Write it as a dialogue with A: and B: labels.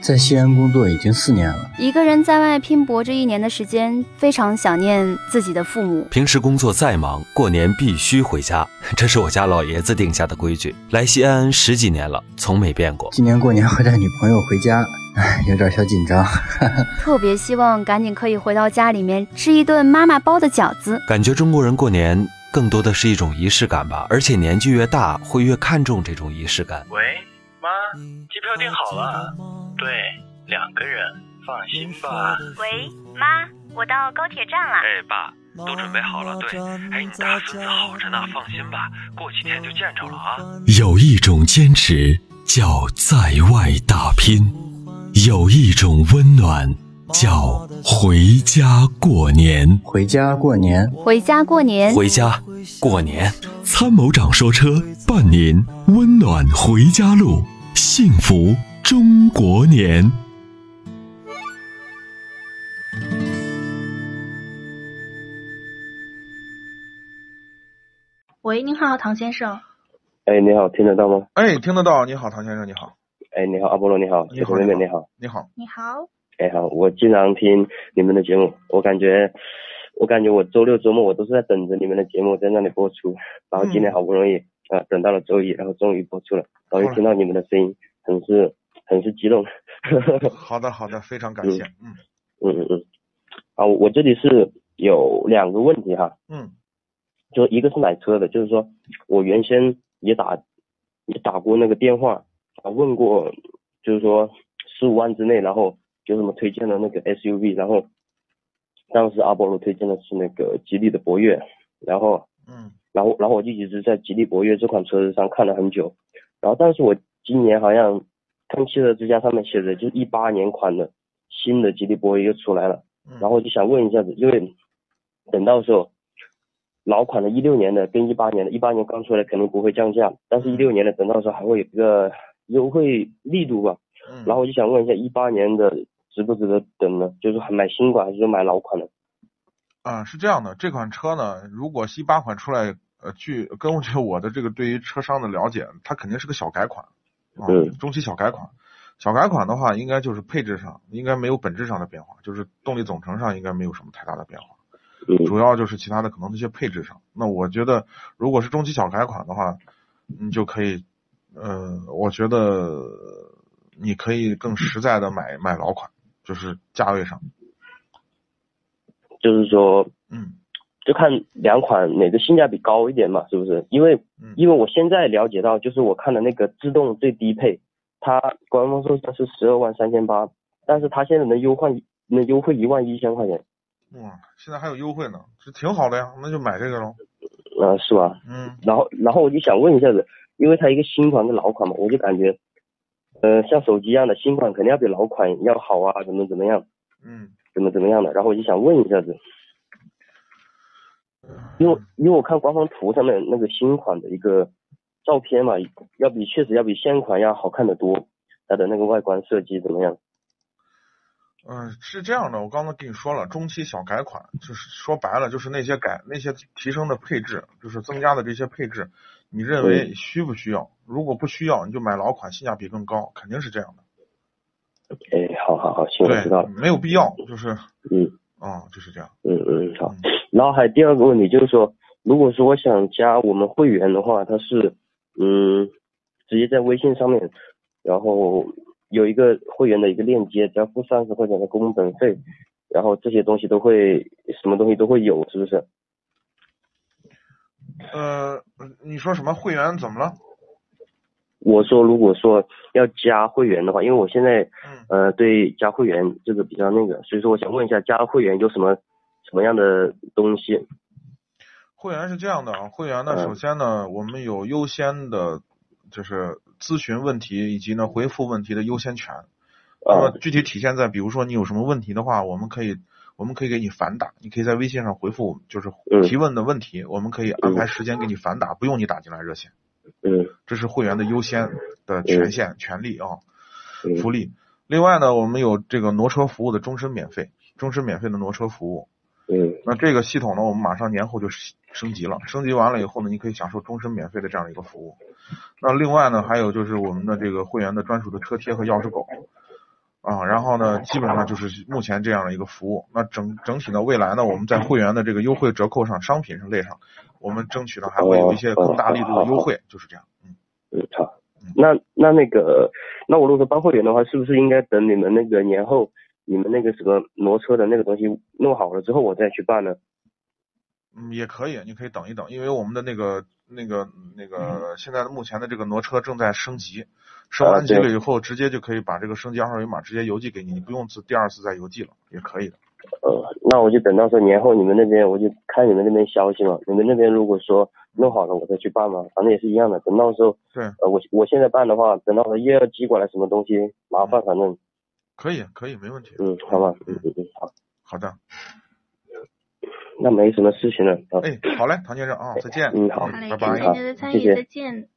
A: 在西安工作已经四年了，
B: 一个人在外拼搏这一年的时间，非常想念自己的父母。
C: 平时工作再忙，过年必须回家， 这是我家老爷子定下的规矩。来西安十几年了，从没变过。
A: 今年过年会带女朋友回家，唉，有点小紧张。
B: 特别希望赶紧可以回到家里面吃一顿妈妈包的饺子。
C: 感觉中国人过年更多的是一种仪式感吧，而且年纪越大，会越看重这种仪式感。
D: 喂，妈，机票订好了。对，两个人，放心吧。
E: 喂，妈，我到高铁站了。
D: 哎，爸，都准备好了。对，哎，你大孙子好着呢，放心吧，过几天就见着了啊。
F: 有一种坚持叫在外打拼，有一种温暖叫回家过年。
A: 回家过年，
B: 回家过年，
C: 回家过年，
F: 参谋长说车伴您温暖回家路，幸福中国年。
G: 喂，您好，唐先生。
H: 哎，你好，听得到吗？
I: 哎，听得到。你好，唐先生，你好，
H: 哎，你好，阿波罗，你好，
I: 你好
H: 妹妹，你好。
I: 你好。
G: 你好，
H: 哎，好，我经常听你们的节目，我感觉，我感觉我周六周末我都是在等着你们的节目在那里播出，然后今天好不容易啊、呃等到了周一，然后终于播出了，然后又听到你们的声音，很是很是激动。
I: 好的，好的，非常感谢。嗯
H: 嗯嗯嗯。啊，我我这里是有两个问题哈，
I: 嗯
H: 就一个是买车的，就是说我原先也打也打过那个电话啊，问过，就是说十五万之内，然后有什么推荐的那个 SUV，然后当时阿波罗推荐的是那个吉利的博越，然后
I: 嗯
H: 然后然后我就一直在吉利博越这款车子上看了很久，然后但是我今年好像看汽车之家上面写着，就是一八年款的新的吉利博越又出来了。
I: 嗯。
H: 然后我就想问一下子，因为等到时候老款的一六年的跟一八年的，一八年刚出来肯定不会降价，但
I: 嗯
H: 是一六年的等到时候还会有一个优惠力度吧。
I: 嗯，
H: 然后我就想问一下，一八年的值不值得等呢？就是还买新款还是说买老款呢？
I: 啊，是这样的，这款车呢，如果西八款出来，呃，据根据我的这个对于车商的了解，它肯定是个小改款，啊
H: 嗯，
I: 中期小改款。小改款的话，应该就是配置上应该没有本质上的变化，就是动力总成上应该没有什么太大的变
H: 嗯
I: 化。主要就是其他的可能这些配置上。那我觉得，如果是中期小改款的话，你就可以，呃，我觉得你可以更实在的买买老款，就是价位上，
H: 就是说
I: 嗯
H: 就看两款哪个性价比高一点嘛，是不是？因为
I: 嗯
H: 因为我现在了解到，就是我看的那个自动最低配，它官方售价是十二万三千八，但是它现在能优换能优惠一万一千块钱，
I: 哇，现在还有优惠呢，这挺好的呀，那就买这个喽，
H: 呃，是吧？
I: 嗯
H: 然后然后我就想问一下子，因为它一个新款跟老款嘛，我就感觉，呃，像手机一样的新款肯定要比老款要好啊，怎么怎么样，
I: 嗯
H: 怎么怎么样的。然后我就想问一下子，因为因为我看官方图上面那个新款的一个照片嘛，要比确实要比现款要好看的多，它的那个外观设计怎么样？
I: 嗯、呃是这样的，我刚才跟你说了，中期小改款就是说白了就是那些改那些提升的配置，就是增加的这些配置，你认为需不需要？如果不需要，你就买老款，性价比更高，肯定是这样的。
H: 哎，好好好，行，我知道
I: 对
H: 了，。
I: 没有必要，就是
H: 嗯
I: 啊、就是这样。
H: 嗯嗯，好。
I: 嗯
H: 然后还有第二个问题就是说，如果说我想加我们会员的话，它是嗯，直接在微信上面，然后有一个会员的一个链接，只要付三十块钱的工本费，然后这些东西都会什么东西都会有，是不是？
I: 呃，你说什么会员怎么了？
H: 我说如果说要加会员的话，因为我现在
I: 嗯
H: 呃对加会员这个比较那个，所以说我想问一下加会员有什么什么样的东西？
I: 会员是这样的啊，会员呢，
H: 嗯
I: 首先呢，我们有优先的，就是咨询问题以及呢回复问题的优先权。那
H: 啊
I: 么具体体现在，比如说你有什么问题的话，我们可以我们可以给你反打，你可以在微信上回复我们，就是
H: 嗯
I: 提问的问题，我们可以安排时间给你反打，不用你打进来热线，
H: 嗯
I: 这是会员的优先的权限、权利啊、
H: 嗯
I: 福利。另外呢，我们有这个挪车服务的终身免费，终身免费的挪车服务。
H: 嗯
I: 那这个系统呢，我们马上年后就升升级了。升级完了以后呢，你可以享受终身免费的这样的一个服务。那另外呢，还有就是我们的这个会员的专属的车贴和钥匙狗啊，然后呢，基本上就是目前这样的一个服务。那整整体呢，未来呢，我们在会员的这个优惠折扣上、商品上类上，我们争取呢还会有一些更大力度的优惠，就是这样。嗯，
H: 嗯，好。那那那个，那我如果办会员的话，是不是应该等你们那个年后你们那个什么挪车的那个东西弄好了之后，我再去办呢？
I: 嗯，也可以，你可以等一等，因为我们的那个、那个、那
H: 嗯
I: 个，现在的目前的这个挪车正在升级，升
H: 啊
I: 完级了以后，直接就可以把这个升级二维码直接邮寄给你，你不用自第二次再邮寄了，也可以的。
H: 呃，那我就等到时候年后你们那边，我就看你们那边消息嘛。你们那边如果说弄好了，我再去办嘛，反正也是一样的。等到时候，
I: 对
H: 呃，我我现在办的话，等到时候又要寄过来什么东西，麻烦，反正，
I: 可以，可以，没问题。
H: 嗯，好吧，嗯嗯嗯，好，
I: 好的，
H: 那没什么事情了，好，
I: 哎，好嘞，唐先生啊，再见。
H: 嗯好
G: 好嘞，
I: 拜
G: 感
I: 拜
G: 谢。您的参
H: 谢
G: 与，
H: 谢
G: 再见。